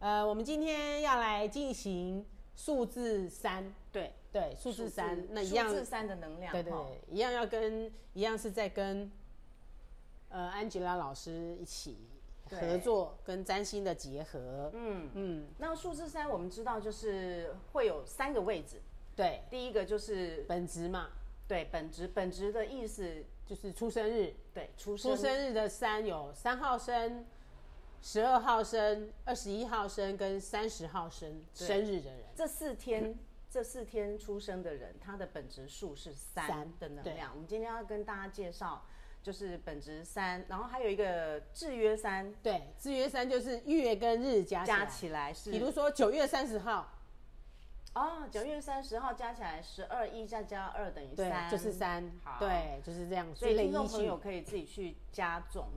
呃，我们今天要来进行数字三，对，对，数字三，那一样数，字三的能量，对对哈对，一样要跟一样是在跟呃安吉拉老师一起对合作，跟占星的结合，嗯。嗯，那数字三我们知道就是会有三个位置，对，第一个就是本职嘛，对本职，本职的意思就是出生日，对出生出生日的三有三号生、十二号生、二十一号生跟三十号生对生日的人，这四天。这四天出生的人，他的本质数是三三的能对量。我们今天要跟大家介绍，就是本质三，然后还有一个制约三，对，制约三就是月跟日加起来加起来是比如说九月三十号，哦，九月三十号加起来十二，一再加二等于对三，，就是三好，，对，就是这样。所以类听众依朋友序，可以自己去加总。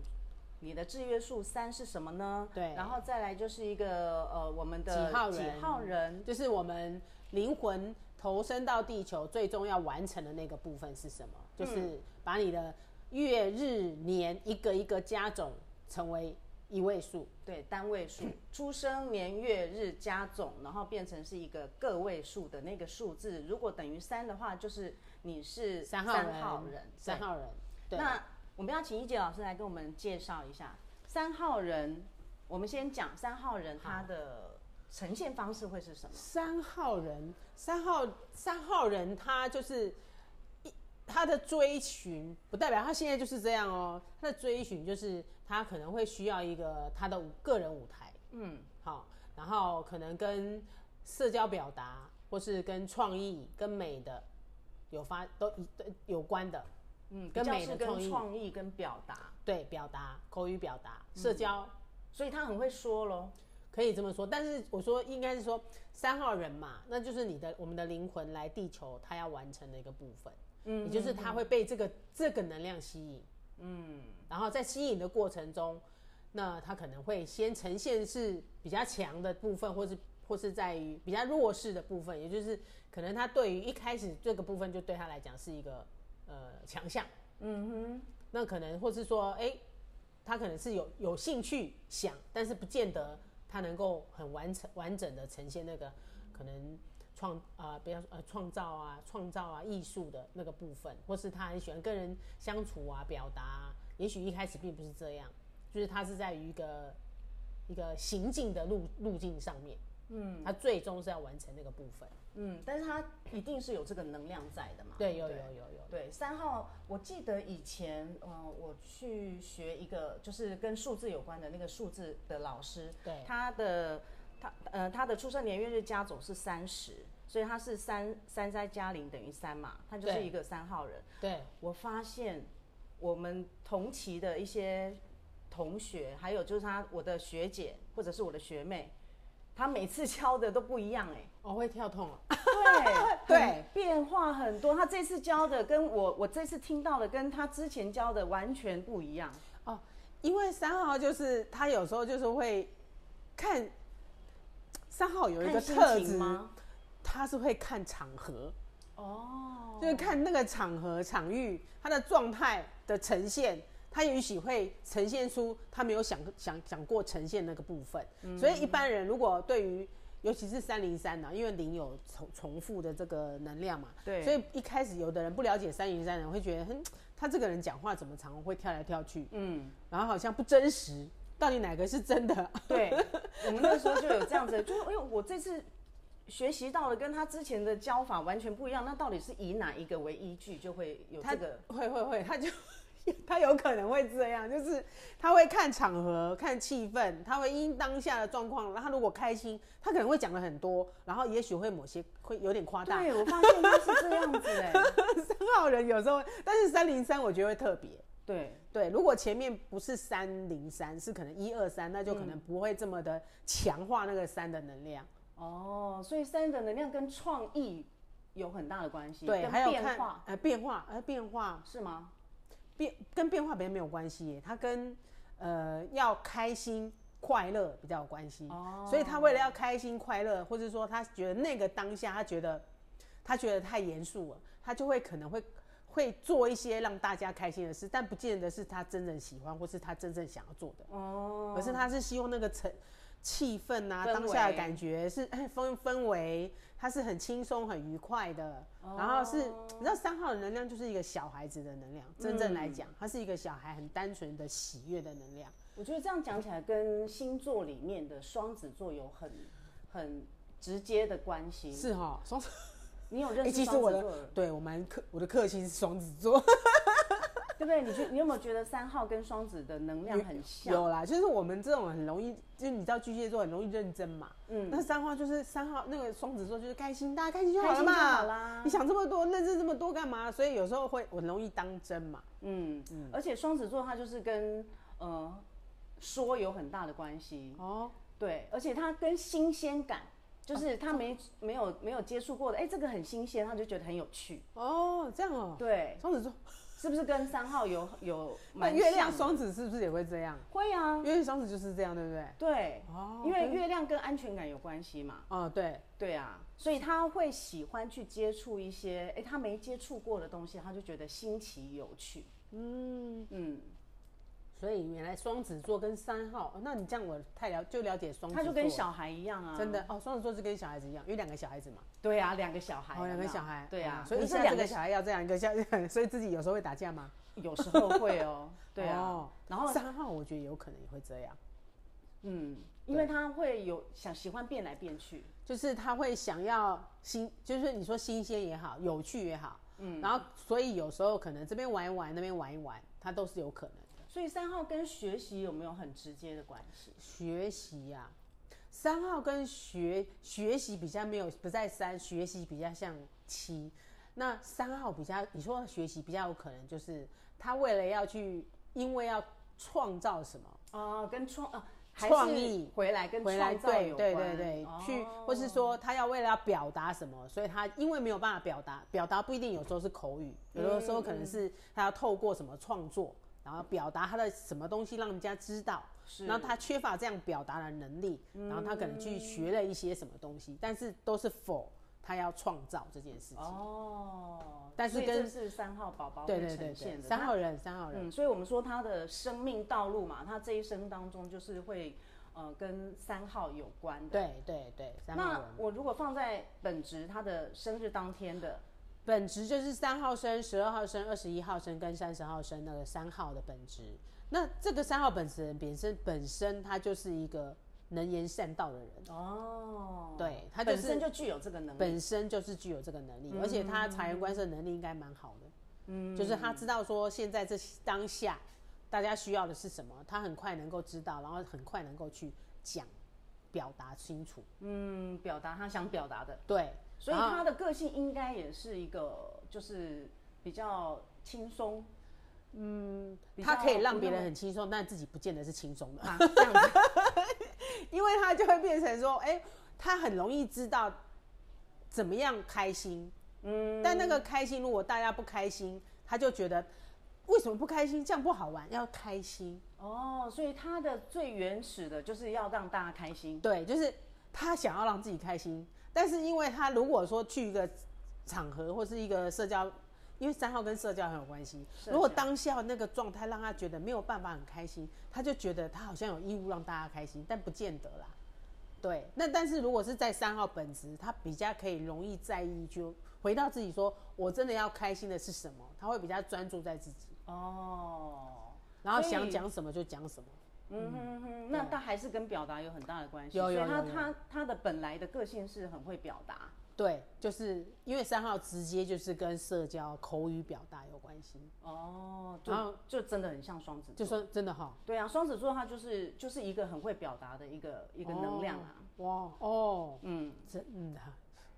你的制约数三是什么呢？对然后再来就是一个呃，我们的几号人几号人就是我们灵魂投身到地球最终要完成的那个部分是什么？就是把你的月、日、年一个一个加总成为一位数。对单位 数，出生年月日加总，然后变成是一个个位数的那个数字。如果等于三的话，就是你是三号人，三号人，三号人。对，那我们要请一杰老师来跟我们介绍一下三号人。我们先讲三号人他的呈现方式会是什么？三号人，三号三号人，他就是一他的追寻，不代表他现在就是这样哦。他的追寻就是他可能会需要一个他的舞个人舞台，嗯，好，然后可能跟社交表达，或是跟创意、跟美的有发都都有关的，嗯，跟比较美是的跟创意创意跟表达，对，表达、口语表达、社交。所以他很会说喽。可以这么说，但是我说应该是说三号人嘛，那就是你的我们的灵魂来地球，它要完成的一个部分，嗯，也就是它会被这个这个能量吸引，嗯，然后在吸引的过程中，那它可能会先呈现是比较强的部分，或是或是在于比较弱势的部分，也就是可能他对于一开始这个部分就对他来讲是一个呃强项，嗯那可能或是说，哎、他可能是有有兴趣想，但是不见得他能够很完成完整的呈现那个可能创啊、呃，比方说呃创造啊、创造啊艺术的那个部分，或是他很喜欢跟人相处啊、表达、啊，也许一开始并不是这样，就是他是在于一个一个行进的路路径上面，嗯，他最终是要完成那个部分，哼，嗯，但是他一定是有这个能量在的嘛。嗯对，有不有有有，对，三号，我记得以前，嗯、我去学一个就是跟数字有关的那个数字的老师，对他的他呃他的出生年月日加总是三十，所以他是三三再加零等于三嘛，他就是对一个三号人。对我发现我们同期的一些同学，还有就是他我的学姐或者是我的学妹，她每次教的都不一样哎、我、哦、会跳痛了，对 对很变化很多。他这次教的跟我我这次听到的跟他之前教的完全不一样。哦，因为三号就是他有时候就是会看三号有一个看心特情质，吗？他是会看场合，哦，就是看那个场合、场域，他的状态的呈现，他也许会呈现出他没有想想想过呈现那个部分。嗯所以一般人如果对于尤其是三零三啊呢，因为零有重重复的这个能量嘛，对所以一开始有的人不了解三零三的人会觉得，哼，他这个人讲话怎么常常会跳来跳去，嗯，然后好像不真实，到底哪个是真的？对，我们那时候就有这样子，就是因为哎我这次。学习到了跟他之前的教法完全不一样，那到底是以哪一个为依据，就会有他这个会会会，他就他有可能会这样，就是他会看场合、看气氛，他会因当下的状况，然后他如果开心，他可能会讲的很多，然后也许会某些会有点夸大。对，我发现他是这样子欸 哎、 三号人有时候，但是三零三我觉得会特别。对，对，如果前面不是三零三，是可能一二三，那就可嗯能不会这么的强化那个三的能量。哦，所以三的能量跟创意有很大的关系，对，跟还有变看化呃变化，呃变化是吗？变跟变化别人没有关系耶，它跟呃要开心快乐比较有关系。哦嗯所以他为了要开心快乐，或者说他觉得那个当下他觉得他觉得太严肃了，他就会可能会会做一些让大家开心的事，但不见得是他真正喜欢或是他真正想要做的，哦，而是他是希望那个呈气氛啊，氛当下的围感觉是 氛氛围，它是很轻松、很愉快的。哦然后是，你知道三号的能量就是一个小孩子的能量，真正来讲，它是一个小孩很单纯的喜悦的能量。我觉得这样讲起来，跟星座里面的双子座有很很直接的关系。是哈，双子你有认诶识其实双我子的座的人，对我蛮克，我的克星是双子 座，对不对？你觉你有没有觉得三号跟双子的能量很像？有啦，就是我们这种很容易，就是你知道巨蟹座很容易认真嘛，嗯，那三号就是三号，那个双子座就是开心，大家开心就好开了心就嘛。好啦你。想这么多，认识这么多干嘛？所以有时候会我容易当真嘛。嗯，而且双子座它就是跟呃说有很大的关系，哦，对，而且它跟新鲜感，就是他没、没有没有接触过的，哎、这个很新鲜，他就觉得很有趣，哦，这样哦。对，双子座，是不是跟三号有有那蛮月亮像的双子是不是也会这样？会啊，月亮双子就是这样，对不对？对，嗯哦因为跟月亮跟安全感有关系嘛，哦，对，对啊，所以他会喜欢去接触一些哎、他没接触过的东西，他就觉得新奇有趣，嗯，嗯，所以原来双子座跟三号，哦那你这样我太了就了解双子他座了，就跟小孩一样啊，真的哦，双子座是跟小孩子一样，有两个小孩子嘛，对啊，两个小孩，哦，两有没个有小孩，对啊，哦所以你这是两两个个小孩要 这样一个小，所以自己有时候会打架吗？有时候会 哦，对啊，哦然后三号我觉得有可能也会这样，嗯，因为他会有想喜欢变来变去，就是他会想要新，就是你说新鲜也好，有趣也好，嗯，然后所以有时候可能这边玩一玩，那边玩一玩，他都是有可能的。所以三号跟学习有没有很直接的关系？学习呀、三号跟学学习比较没有不在三，学习比较像七。那三号比较，你说学习比较有可能就是他为了要去，因为要创造什么。哦，跟创哦，还是创意回来跟回来创造对有对对关对，哦去或是说他要为了要表达什么，所以他因为没有办法表达，表达不一定有时候是口语，有的时候可能是他要透过什么创作，然后表达他的什么东西让人家知道，是嗯然后他缺乏这样表达的能力，然后他可能去学了一些什么东西，但是都是否他要创造这件事情。哦，但是所以跟这是三号宝宝对会对对呈现对，的三那号人，三号人，嗯，所以我们说他的生命道路嘛，他这一生当中就是会呃跟三号有关的。对对对，三号人嗯那。我如果放在本职他的生日当天的，本质就是三号生、十二号生、二十一号生跟三十号生那个三号的本质。那这个三号本质人本身本身他就是一个能言善道的人，哦，对他就本是身就具有这个能力，本身就是具有这个能力，而且他察言观色能力应该蛮好的，嗯，就是他知道说现在这当下大家需要的是什么，他很快能够知道，然后很快能够去讲表达清楚。嗯，表达他想表达的，对，所以然后他的个性应该也是一个就是比较轻松，嗯，比他较可以让不别那人么很轻松，但自己不见得是轻松的。 啊这样子，因为他就会变成说，哎、他很容易知道怎么样开心，嗯，但那个开心如果大家不开心，他就觉得为什么不开心？这样不好玩，要开心。哦，所以他的最原始的就是要让大家开心，对，就是他想要让自己开心，但是因为他如果说去一个场合或是一个社交。因为三号跟社交很有关系，社交如果当下那个状态让他觉得没有办法很开心，他就觉得他好像有义务让大家开心，但不见得啦。对，那但是如果是在三号本质，他比较可以容易在意，就回到自己说，我真的要开心的是什么，他会比较专注在自己，哦，然后所以想讲什么就讲什么。嗯哼哼，那但还是跟表达有很大的关系，有所以有他有有他他的本来的个性是很会表达，对，就是因为三号直接就是跟社交、口语表达有关系，哦，然后就就真的很像双子就座，说真的哈、对啊，双子座他就是就是一个很会表达的一个一个能量啊，哦，哇哦，嗯，真的，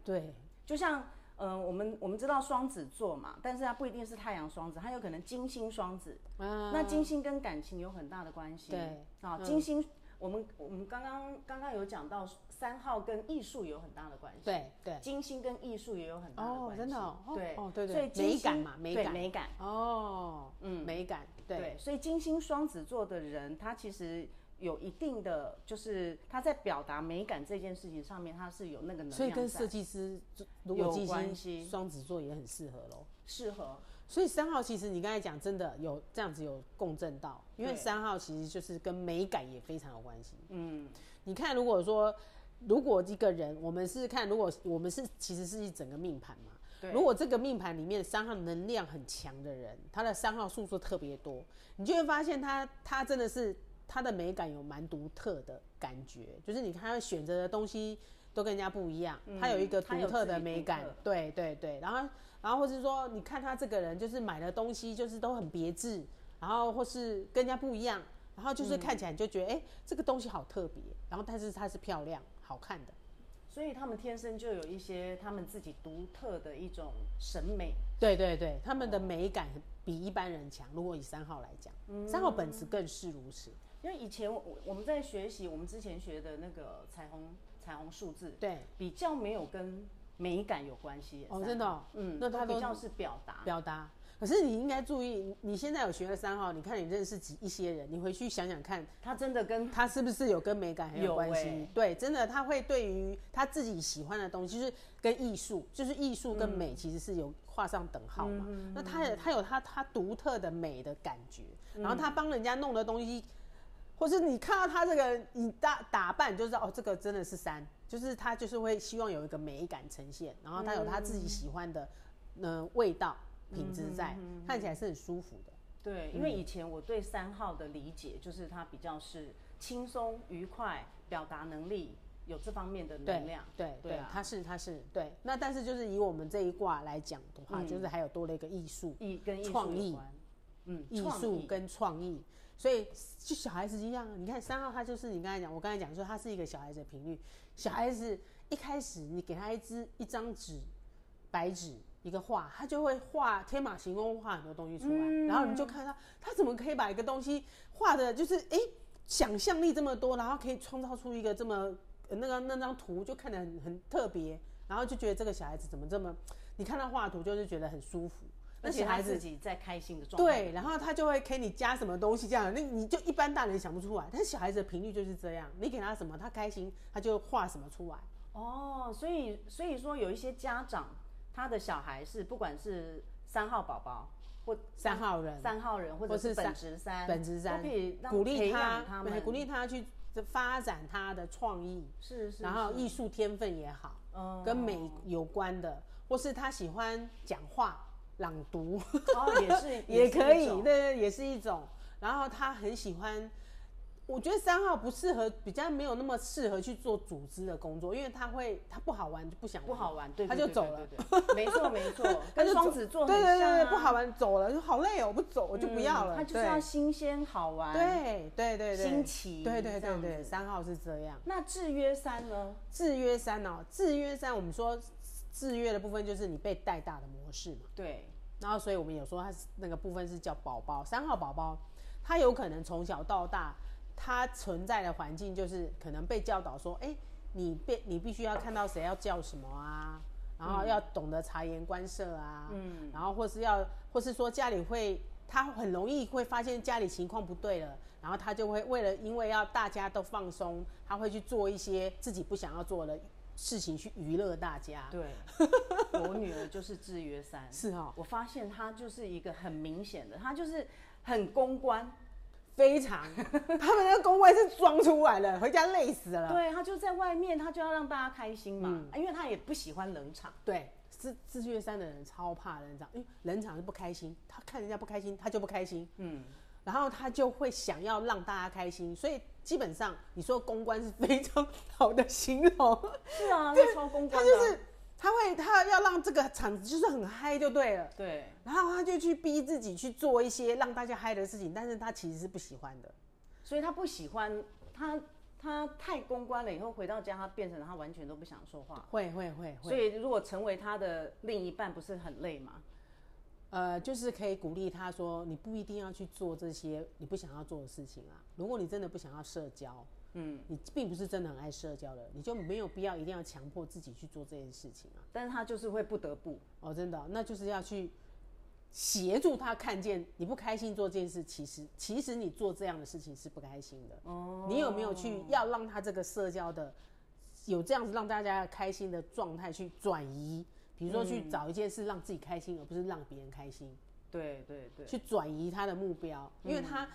对，就像呃，我们我们知道双子座嘛，但是它不一定是太阳双子，它有可能金星双子。嗯，那金星跟感情有很大的关系。对啊，嗯金星，我们我们刚刚刚刚有讲到三号跟艺术有很大的关系。对对，金星跟艺术也有很大的哦关，系。真的哦，哦对哦对所以对，金美星感嘛，美对感，美感。哦，嗯，嗯美感，对，所以金星双子座的人，他其实有一定的，就是他在表达美感这件事情上面，他是有那个能量在，所以跟设计师如果有金关星系双子座也很适合喽。适合。所以三号其实你刚才讲真的有这样子有共振到，因为对三号其实就是跟美感也非常有关系。嗯，你看，如果说如果一个人，我们是看如果我们是其实是一整个命盘嘛，对如果这个命盘里面三号能量很强的人，他的三号数数特别多，你就会发现他他真的是他的美感有蛮独特的感觉，就是你看他选择的东西都跟人家不一样，嗯他有一个独他有特自的己美独感特，对对对，然后然后或是说你看他这个人就是买的东西就是都很别致，然后或是跟人家不一样，然后嗯就是看起来你就觉得哎、诶这个东西好特别，然后但是它是漂亮好看的，所以他们天生就有一些他们自己独特的一种审美。对对对，他们的美感比一般人强。如果以三号来讲，三号本质更是如此。因为以前我我们在学习，我们之前学的那个彩虹彩虹数字，对，比较没有跟美感有关系。哦三真的哦嗯，那它都都比较是表达。表达。可是你应该注意，你你现在有学了三号，你看你认识几一些人，你回去想想看，它真的跟他是不是有跟美感很有有关系？欸对，真的，他会对于他自己喜欢的东西，就是跟艺术，就是艺术跟美其实是有画上等号嘛。那他也他有他他独特的美的感觉，然后他帮人家弄的东西，或是你看到他这个你打打扮，你就知道哦，这个真的是三，就是他就是会希望有一个美感呈现，然后他有他自己喜欢的呃味道品质在，看起来是很舒服的。对，嗯因为以前我对三号的理解就是它比较是轻松、愉快、表达能力有这方面的能量。对对对啊，它是它是对。那但是就是以我们这一卦来讲的嗯话，就是还有多了一个艺术、艺跟艺术创有意关，嗯，艺创术意跟创意。所以就小孩子一样啊，你看三号他就是你刚才讲，我刚才讲说他是一个小孩子的频率。小孩子一开始你给他一支一张纸，白纸一个画，他就会画天马行空，画很多东西出来。嗯然后你就看他，他怎么可以把一个东西画的，就是诶想象力这么多，然后可以创造出一个这么呃那个那张图就看得很很特别，然后就觉得这个小孩子怎么这么，你看他画图就是觉得很舒服。那而且小他孩子自己在开心的状态。对，然后他就会给你加什么东西，这样，那你就一般大人想不出来，但是小孩子的频率就是这样，你给他什么，他开心，他就画什么出来。哦，所以所以说有一些家长他的小孩是不管是三号宝宝或三号人三号人，或者或是是本三职三，本质上都可以让鼓培励养他对们鼓励他去发展他的创意，是是，然后是艺术天分也好，嗯跟美有关的，或是他喜欢讲话、朗读，哦也 是也是可一以，种对对，也是一种。然后他很喜欢，我觉得三号不适合，比较没有那么适合去做组织的工作，因为他会他不好玩就不想玩不好玩，对，他对就对走对了。对对没错没 错，他跟就双走子座对很对像对对，啊不好玩走了，就好累哦，我不走，我就不要了。嗯他就是要新鲜好玩，对对对对对，新奇对对这对样对，子三号是这样。那制约 三呢？制约三哦，制约三，我们说制约的部分就是你被带大的模式嘛。对，然后，所以我们有说它是那个部分是叫宝宝三号宝宝，他有可能从小到大，他存在的环境就是可能被教导说，哎，你被你必须要看到谁要叫什么啊，然后要懂得察言观色啊，嗯，然后或是要或是说家里会，他很容易会发现家里情况不对了，然后他就会为了因为要大家都放松，他会去做一些自己不想要做的事情去娱乐大家，对，我女儿就是制约三，是哦，我发现她就是一个很明显的，她就是很公关，非常，他们那个公关是装出来的，回家累死了。对她就在外面，她就要让大家开心嘛，嗯啊因为她也不喜欢冷场，对，自自虐三的人超怕冷场，因为冷场是不开心，他看人家不开心，他就不开心， 嗯，然后他就会想要让大家开心，所以基本上你说公关是非常好的形容，是啊，她超公他关的，就是他会他要让这个场子就是很嗨就对了。对，然后他就去逼自己去做一些让大家嗨的事情，但是他其实是不喜欢的。所以她不喜欢她她太公关了，以后回到家她变成她完全都不想说话，会会会所会，以如果成为她的另一半，不是很累吗？呃，就是可以鼓励他说，你不一定要去做这些你不想要做的事情啊。如果你真的不想要社交，嗯，你并不是真的很爱社交的，你就没有必要一定要强迫自己去做这件事情啊。但是她就是会不得不，哦，真的哦、那就是要去协助他看见你不开心做这件事，其实其实你做这样的事情是不开心的。哦你有没有去要让他这个社交的有这样子让大家开心嗯的状态去转移？比如说去找一件事让自己开心，而不是让别人开心。对对对，去转移他的目标，因为他、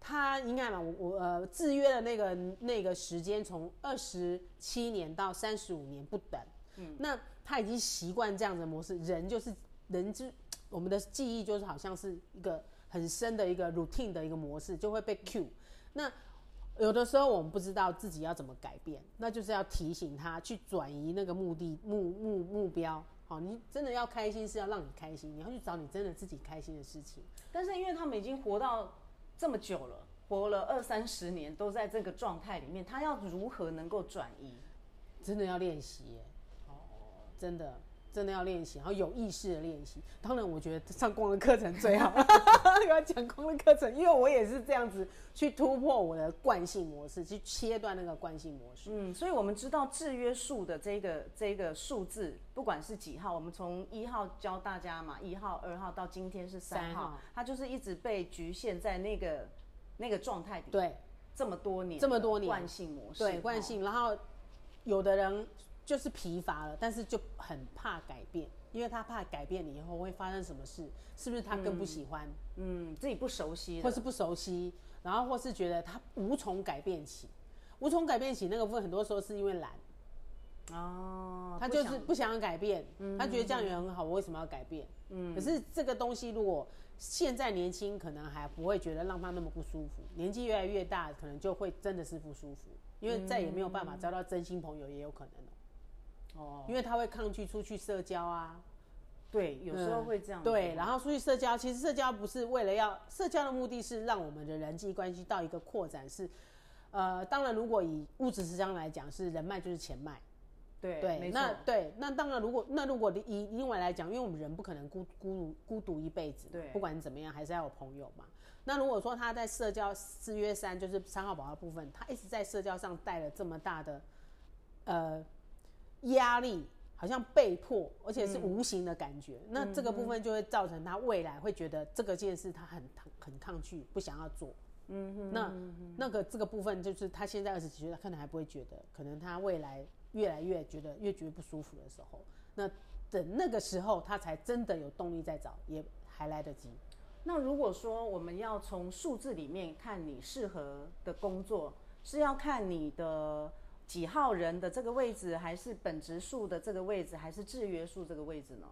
他应该嘛，我我呃制约的那个那个时间从二十七年到三十五年不等，嗯，那他已经习惯这样子的模式，人就是人之我们的记忆就是好像是一个很深的一个 routine 的一个模式，就会被 cue。那有的时候我们不知道自己要怎么改变，那就是要提醒他去转移那个目的目目目标。好，你真的要开心是要让你开心，你要去找你真的自己开心的事情。但是因为他们已经活到这么久了，活了二三十年，都在这个状态里面，他要如何能够转移？真的要练习耶！哦，真的真的要练习，然后有意识的练习。当然，我觉得上光的课程最好， 给他讲光的课程，因为我也是这样子去突破我的惯性模式，去切断那个惯性模式。嗯，所以我们知道制约数的这个这个数字，不管是几号，我们从一号教大家嘛，一号、二号到今天是三三号，号它就是一直被局限在那个那个状态里，对这么多年，这么多年惯性模式，对，惯哦性。然后有的人就是疲乏了，但是就很怕改变，因为他怕改变你以后会发生什么事，是不是他更不喜欢？嗯，自己不熟悉或的，是不熟悉，然后或是觉得他无从改变起，无从改变起那个部分，很多时候是因为懒，哦，他不就想嗯是不想要改变，他觉得这样也很好，我为什么要改变？嗯，可是这个东西如果现在年轻，可能还不会觉得让他那么不舒服，年纪越来越大，可能就会真的是不舒服，因为再也没有办法交到真心朋友，也有可能哦，嗯哦，因为他会抗拒出去社交啊，对，有时候嗯会这样子，哦对，然后出去社交，其实社交不是为了要社交的目的是让我们的人际关系到一个扩展，是呃，当然如果以物质实际上来讲，是人脉就是钱脉。对对，没那错，对，那当然，如果那如果以另外来讲，因为我们人不可能孤孤孤独一辈子嘛，对不管怎么样，还是要有朋友嘛。那如果说他在社交四约三，就是三号宝宝的部分，他一直在社交上带了这么大的呃压力，好像被迫，而且嗯是无形的感觉。那这个部分就会造成他未来会觉得这个件事他很很抗拒，不想要做。嗯哼，那那个这个部分就是他现在二十几岁，他可能还不会觉得，可能他未来越来越觉得越觉得不舒服的时候，那等那个时候他才真的有动力再找，也还来得及。那如果说我们要从数字里面看你适合的工作，是要看你的几号人的这个位置，还是本职数的这个位置，还是制约数这个位置呢？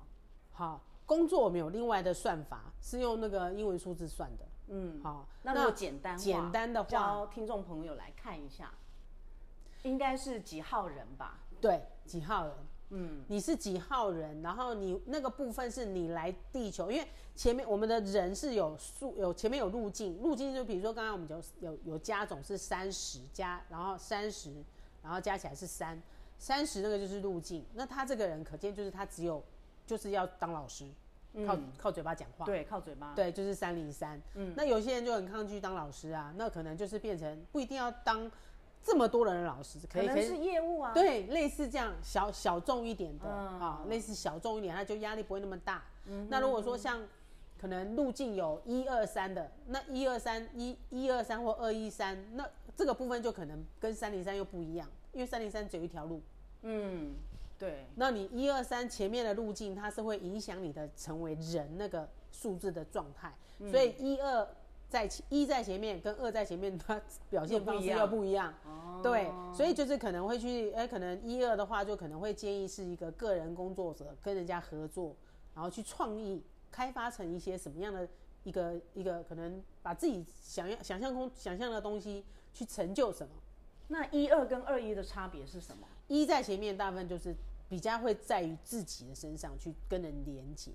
好，工作我们有另外的算法，是用那个英文数字算的。嗯，好，那如果简单化简单的话，教听众朋友来看一下，应该是几号人吧？对几号人？嗯，你是几号人？然后你那个部分是你来地球，因为前面我们的人是有数有前面有路径，路径就比如说刚刚我们就有有加总是三十加，然后三十，然后加起来是三，三十那个就是路径。那他这个人可见就是他只有就是要当老师，靠靠嘴巴讲话。嗯对，靠嘴巴。对，就是三零三。嗯，那有些人就很抗拒当老师啊，那可能就是变成不一定要当这么多人的老师，可以能是业务啊，对，类似这样小小众一点的嗯啊、类似小众一点，它就压力不会那么大。那如果说像可能路径有一二三的，那一二三一一二三或二一三，那这个部分就可能跟三零三又不一样，因为三零三只有一条路，嗯，对，那你一二三前面的路径，它是会影响你的成为人那个数字的状态，所以一二。在前一在前面跟二在前面，它表现方式又又不一样，哦对，所以就是可能会去，哎、可能一二的话，就可能会建议是一个个人工作者跟人家合作，然后去创意开发成一些什么样的一个一个可能把自己想要想象空想象的东西去成就什么。那一二跟二一的差别是什么？一在前面，大部分就是比较会在于自己的身上去跟人连接。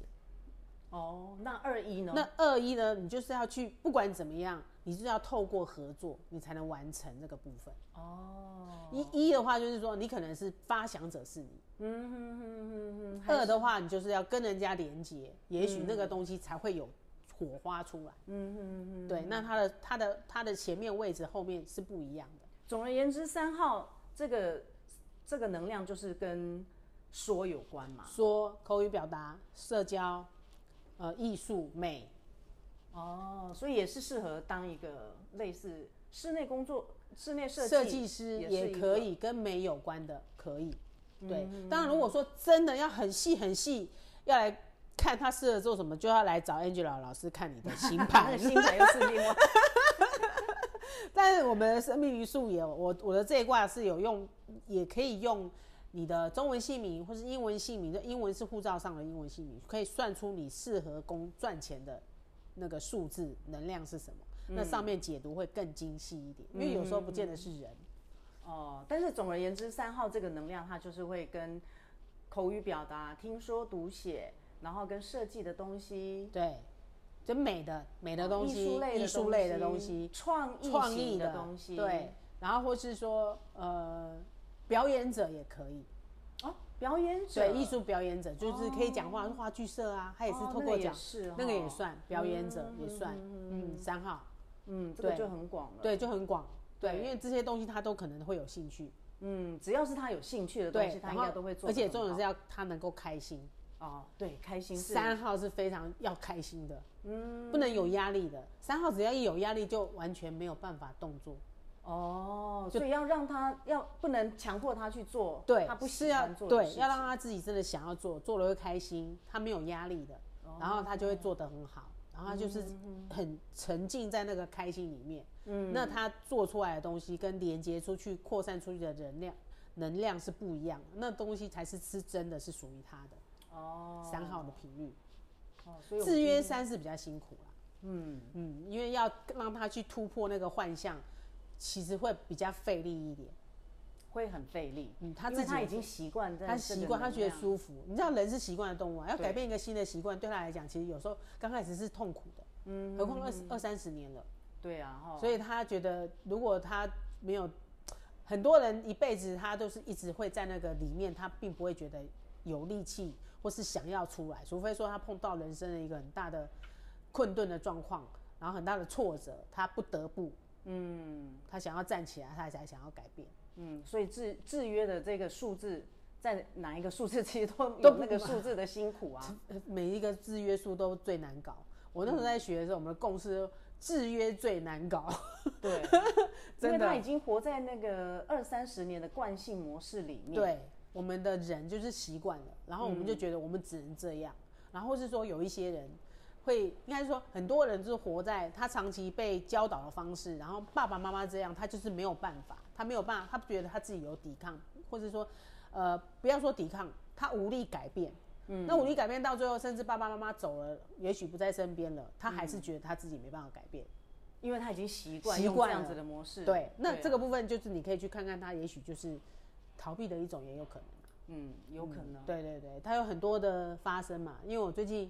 哦，那二一呢？那二一呢，你就是要去不管怎么样，你就是要透过合作，你才能完成这个部分。哦，一一的话就是说，你可能是发想者是你。嗯哼哼哼哼，还二的话，你就是要跟人家连接，也许那个东西才会有火花出来。嗯哼哼，对，那它的它的它的前面位置后面是不一样的。总而言之，三号这个这个能量就是跟说有关嘛。说口语表达、社交、呃艺术、美，哦，所以也是适合当一个类似室内工作、室内设计设计师也也是一可个 以，跟美有关的可以。对，当然如果说真的要很细很细，要来看他适合做什么，就要来找 Angela 老师看你的星那盘个。 星盘又是另外。 但是我们的生命余数也，我我的这一卦是有用，也可以用你的中文姓名或是英文姓名，就英文是护照上的英文姓名，可以算出你适合工赚钱的那个数字能量是什么。那上面解读会更精细一点，因为有时候不见得是人。哦，但是总而言之，三号这个能量，它就是会跟口语表达、听说读写，然后跟设计的东西、对，就美的美的哦东艺西术，类艺的术类的东西，、创意创型意的东西，对，然后或是说呃，表演者也可以，哦，表演者对，艺术表演者就是可以讲话，话剧社啊，他也是哦透那过个也讲，是哦那个也算表演者嗯也算，嗯，三号，嗯，这个对就很广了。对，就很广，对，对因为这些东西他都可能会有兴趣，嗯，只要是他有兴趣的东西，对，他然应该后都会做而得很好。且重点是要他能够开心，哦，对，开心是三号是非常要开心的，嗯不能有压力的，三号只要一有压力就完全没有办法动作。哦，所以要让他要不能强迫他去做，对，他不是喜要欢做的对事，要情让他自己真的想要做，做了会开心，他没有压力的，哦然后他就会做得很好，然后他就是嗯很沉浸在那个开心里面，嗯，那他做出来的东西跟连接出去、扩散出去的能量能量是不一样的，那东西才是是真的是属于他的哦三号的频率。哦，所以我们制约三是比较辛苦啦，嗯，嗯，因为要让他去突破那个幻象，其实会比较费力一点，会很费力。嗯，他因自为己他也已经习惯在他这个习惯，他能觉得量舒服。你知道人是习惯的动物啊，要对改变一个新的习惯，对他来讲，其实有时候刚开始是痛苦的，嗯，何况二十二三十年了，对啊，哈，所以他觉得如果他没有，很多人一辈子他都是一直会在那个里面，他并不会觉得有力气或是想要出来，除非说他碰到人生的一个很大的困顿的状况，然后很大的挫折，他不得不嗯他想要站起来，他才想要改变。嗯，所以制制约的这个数字，在哪一个数字其实都都有那不个数字的辛苦 啊。每一个制约数都最难搞。我那时候在学的时候，我们的共识制约最难搞，对，因为真的他已经活在那个二三十年的惯性模式里面。嗯对，我们的人就是习惯了，然后我们就觉得我们只能这样，然后是说有一些人会，应该是说很多人就是活在他长期被教导的方式，然后爸爸妈妈这样，他就是没有办法，他没有办法，他觉得他自己有抵抗，或者说，呃，不要说抵抗，他无力改变。嗯，那无力改变到最后，甚至爸爸妈妈走了，也许不在身边了，他还是嗯觉得他自己没办法改变。因为他已经习惯习用惯这样了子的模式。对，那啊这个部分就是你可以去看看它，也许就是逃避的一种，也有可能。嗯，有可能。对对对，它有很多的发生嘛。因为我最近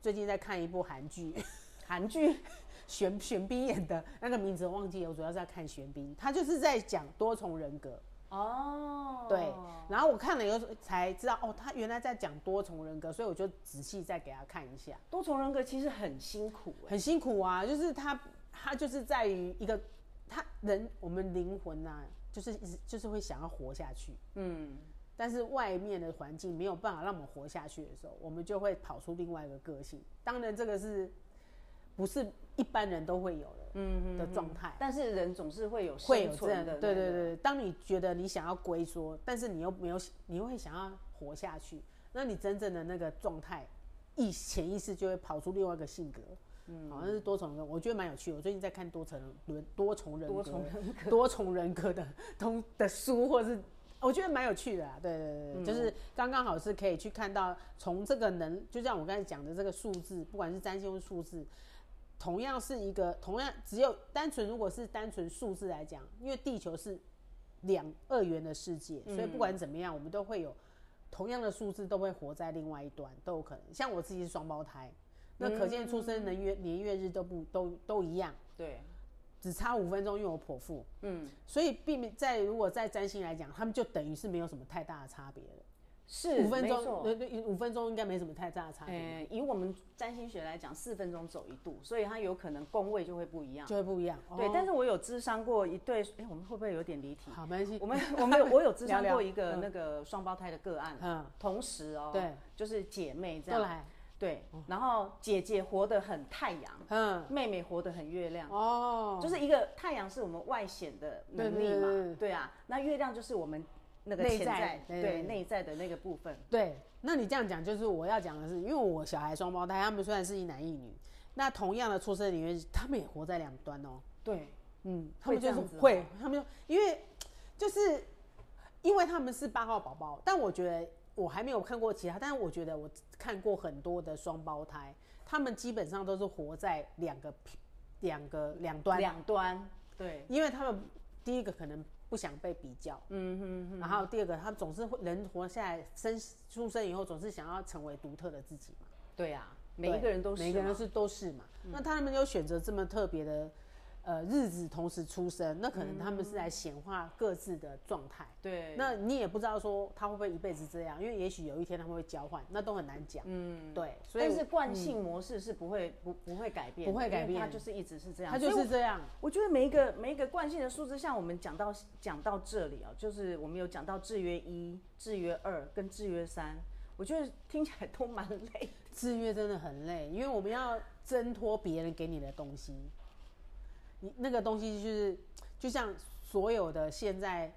最近在看一部韩剧， 韩剧玄玄彬演的那个名字我忘记了，我主要是在看玄彬，他就是在讲多重人格。哦，对，然后我看了以后才知道，哦，他原来在讲多重人格，所以我就仔细再给他看一下。多重人格其实很辛苦哎、很辛苦啊，就是他他就是在于一个他人我们灵魂呐、啊就是一直就是会想要活下去。嗯，但是外面的环境没有办法让我们活下去的时候，我们就会跑出另外一个个性。当然，这个是不是一般人都会有的，嗯的状态，但是人总是会有会生有这样存的、那对对个，对。当你觉得你想要龟缩，但是你又没有，你又会想要活下去，那你真正的那个状态，意潜意识就会跑出另外一个性格。嗯，好像是多重人格，我觉得蛮有趣的。我最近在看多重人多重人格多重人格。多重人格的同的书，或是我觉得蛮有趣的啊。对对对，对嗯就是刚刚好是可以去看到从这个能，就像我刚才讲的这个数字，不管是占星或数字，同样是一个同样只有单纯，如果是单纯数字来讲，因为地球是两二元的世界，嗯所以不管怎么样，我们都会有同样的数字都会活在另外一端，都有可能。像我自己是双胞胎。那可见出生嗯年月年月日都不都都一样，对，只差五分钟，因为我剖腹。嗯，所以避免在如果在占星来讲，他们就等于是没有什么太大的差别了。是五分没钟，错对对，五分钟应该没什么太大的差别，嗯，以我们占星学来讲，四分钟走一度，所以它有可能宫位就会不一样。就会不一样。哎对，哦但是我有智商过一对，哎，我们会不会有点离题？好，没关系。我们我们有我有智商聊聊过一个嗯那个双胞胎的个案，嗯，同时哦，对，就是姐妹这都样，来，对，然后姐姐活得很太阳，嗯，妹妹活得很月亮。哦，就是一个太阳是我们外显的能力对对嘛，对对对啊，那月亮就是我们那个内潜在在对对对对内在的那个部分。对，那你这样讲，就是我要讲的是，因为我小孩双胞胎，他们虽然是一男一女，那同样的出生年月，他们也活在两端哦。对，嗯，他会们就是这样子哦会，他们就因为就是因为他们是八号宝宝，但我觉得我还没有看过其他，但是我觉得我看过很多的双胞胎，他们基本上都是活在两个两个两端，两端，对，因为他们第一个可能不想被比较。嗯哼哼，然后第二个，他们总是会人活下来，生出生以后总是想要成为独特的自己嘛，对呀、啊，嗯每一个人都是嘛，每一个人都是都是嘛。那他们又选择这么特别的呃日子同时出生，那可能他们是来显化各自的状态。嗯对，那你也不知道说他会不会一辈子这样，因为也许有一天他们会交换，那都很难讲。嗯，对，所以但是惯性模式是不会、不不会改变的，不会改因为它变就是一直是这样，他就所以是这样。我觉得每一个每一个惯性的数字，像我们讲到讲到这里啊，就是我们有讲到制约一、制约二跟制约三，我觉得听起来都蛮累。制约真的很累，因为我们要挣脱别人给你的东西。你那个东西就是，就像所有的现在，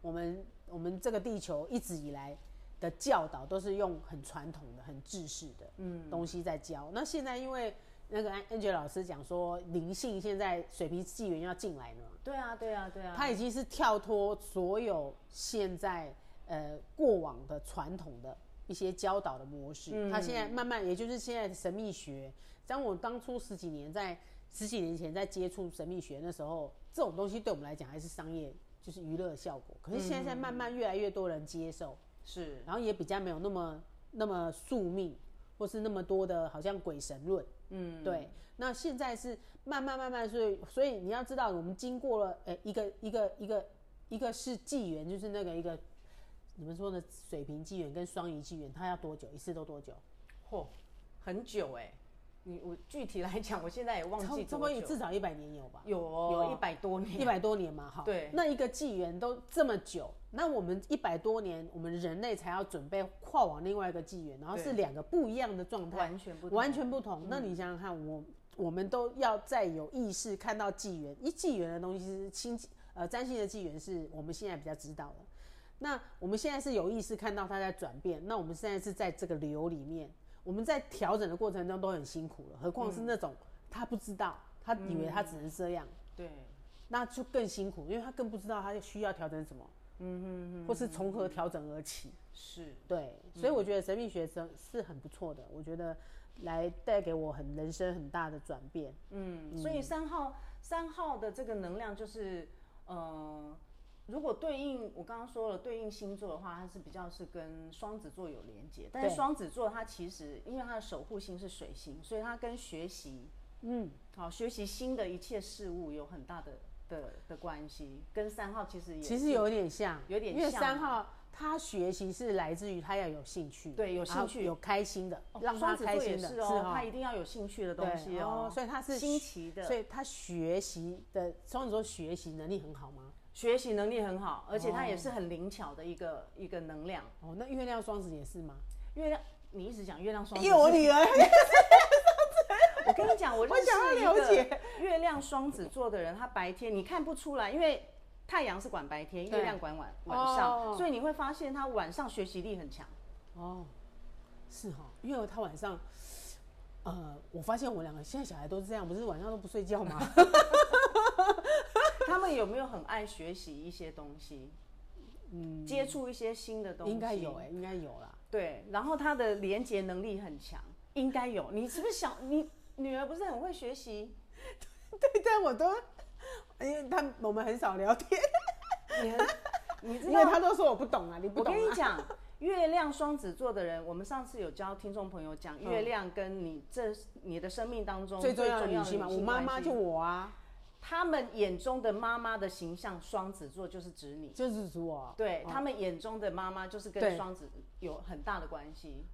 我们我们这个地球一直以来的教导都是用很传统的、很制式的嗯，东西在教。那现在因为那个安 a n g e l 老师讲说，灵性现在水平纪元要进来了嘛，对啊，对啊，对啊，它已经是跳脱所有现在呃过往的传统的一些教导的模式，嗯它现在慢慢，也就是现在的神秘学。像我当初十几年在十几年前在接触神秘学那时候，这种东西对我们来讲还是商业，就是娱乐效果。可是现在在慢慢越来越多人接受，是然后也比较没有那么那么宿命，或是那么多的好像鬼神论。嗯，对，那现在是慢慢慢慢，所以所以你要知道，我们经过了呃一个一个一个一个是纪元，就是那个一个你们说的水平纪元跟双鱼纪元，它要多久？一次都多久？嚯、很久哎、你我具体来讲，我现在也忘差不记差不多多有久，至少一百年有吧？有有哦，啊一百多年，一百多年嘛，哈，对，那一个纪元都这么久，那我们一百多年，我们人类才要准备跨往另外一个纪元，然后是对两个不一样的状态，完全不同嗯完全不同。那你想想看，我我们都要在有意识看到纪元，一纪元的东西是新呃占星的纪元是我们现在比较知道的。那我们现在是有意识看到它在转变，那我们现在是在这个流里面，我们在调整的过程中都很辛苦了，何况嗯是那种、他不知道，他以为他只能这样，对，那就更辛苦，因为他更不知道他需要调整什么，嗯哼或是从何调整而起。哼，是，对，所以我觉得神秘学生是很不错的，我觉得来带给我很人生很大的转变。嗯，所以三号三号的这个能量就是，呃，如果对应我刚刚说了对应星座的话，它是比较是跟双子座有连接，但是对双子座它其实因为它的守护星是水星，所以它跟学习，嗯，好、学习新的一切事物有很大的的的关系，跟三号其实也其实有点像，有点因为像三号他学习是来自于他要有兴趣，对有兴然后趣有开心的，啊哦让双他子座开也心的，是哦，哦他一定要有兴趣的东对西哦，所以他是新奇的，所以他学习的双子座学习能力很好吗？学习能力很好，而且他也是很灵巧的一个、一个能量。哦，那月亮双子也是吗？月亮，你一直讲月亮双子，因为哎我女儿，我跟你讲，我认 识我想要一个了解月亮双子座的人，他白天你看不出来，因为太阳是管白天，对月亮管晚晚上，哦所以你会发现他晚上学习力 很强。哦，是哈、因为他晚上，呃，我发现我两个现在小孩都是这样，不是晚上都不睡觉吗？他们有没有很爱学习一些东西？嗯，接触一些新的东西，应该有哎、应该有啦。对，然后他的连接能力很强，应该有。你是不是想你女儿不是很会学习？ 对，但我都，因为他我们很少聊天，你很你知因道为他都说我不懂啊，你不我懂、跟啊。你讲，月亮双子座的人，我们上次有教听众朋友讲，嗯月亮跟你这你的生命当中最重重要要的的女性嘛，我妈妈关就系我啊，他们眼中的妈妈的形象，双子座就是指你。就是指我啊。对、哦他们眼中的妈妈就是跟对双子有很大的关系，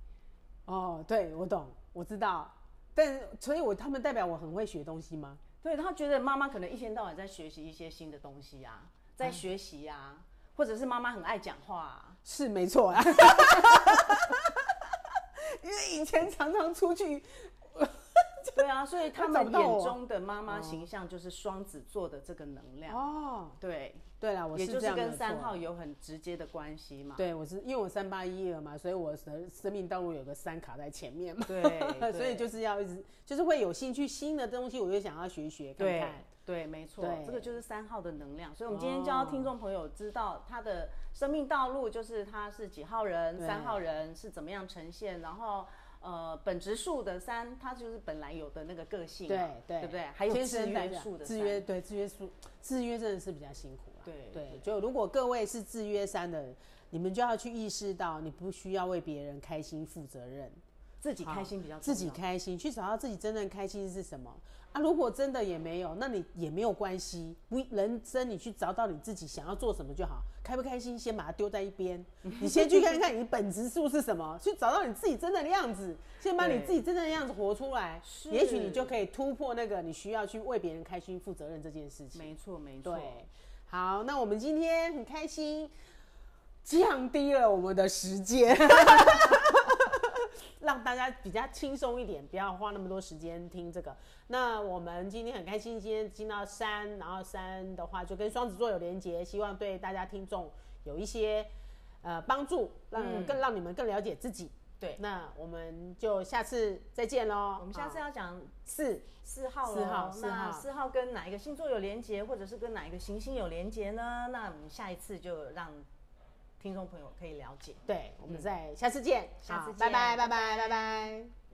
哦，对，我懂，我知道。但所以我，他们代表我很会学东西吗？对他觉得妈妈可能一天到晚在学习一些新的东西嗯啊，在学习啊，或者是妈妈很爱讲话、 啊，是没错 啊。 因为以前常常出去，就对啊，所以他找们不到眼我中的妈妈形象就是双子座的这个能量。哦，对，对啦，我啊也是就这是样跟没三错号有很直接的关系嘛。对，我是因为我三八一二嘛，所以我的生命道路有个三卡在前面嘛，，对 对 所以就是要一直就是会有兴趣新的东西，我就想要学学看对看。对，没错对，这个就是三号的能量。所以，我们今天就要哦听众朋友知道他的生命道路，就是他是几号人，对三号人是怎么样呈现，然后呃，本职数的三，他就是本来有的那个个性啊对嘛，啊对对不对？还有天制生代约表数的制三约，对制约数制约真的是比较辛苦啦。对对对，就如果各位是制约三的人，你们就要去意识到，你不需要为别人开心负责任，自己开心比较重自要己开心，去找到自己真正开心是什么啊？如果真的也没有，那你也没有关系，不人生你去找到你自己想要做什么就好，开不开心先把它丢在一 边，你先去看看你本质数是什么，去找到你自己真正的样子，先把你对自己真正的样子活出来，是也许你就可以突破那个你需要去为别人开心负责任这件事情。没错没错对，，好，那我们今天很开心，降低了我们的时间， 让大家比较轻松一点，不要花那么多时间听这个。那我们今天很开心，今天进到三，然后三的话就跟双子座有连结，希望对大家听众有一些呃帮助，让、嗯更让你们更了解自己。对，那我们就下次再见喽。我们下次好要讲四四号四喽号四那号四号跟哪一个星座有连结，或者是跟哪一个行星有连结呢？那我们下一次就让听众朋友可以了解。对，我们再下次见，下好次见拜拜，拜拜，拜拜。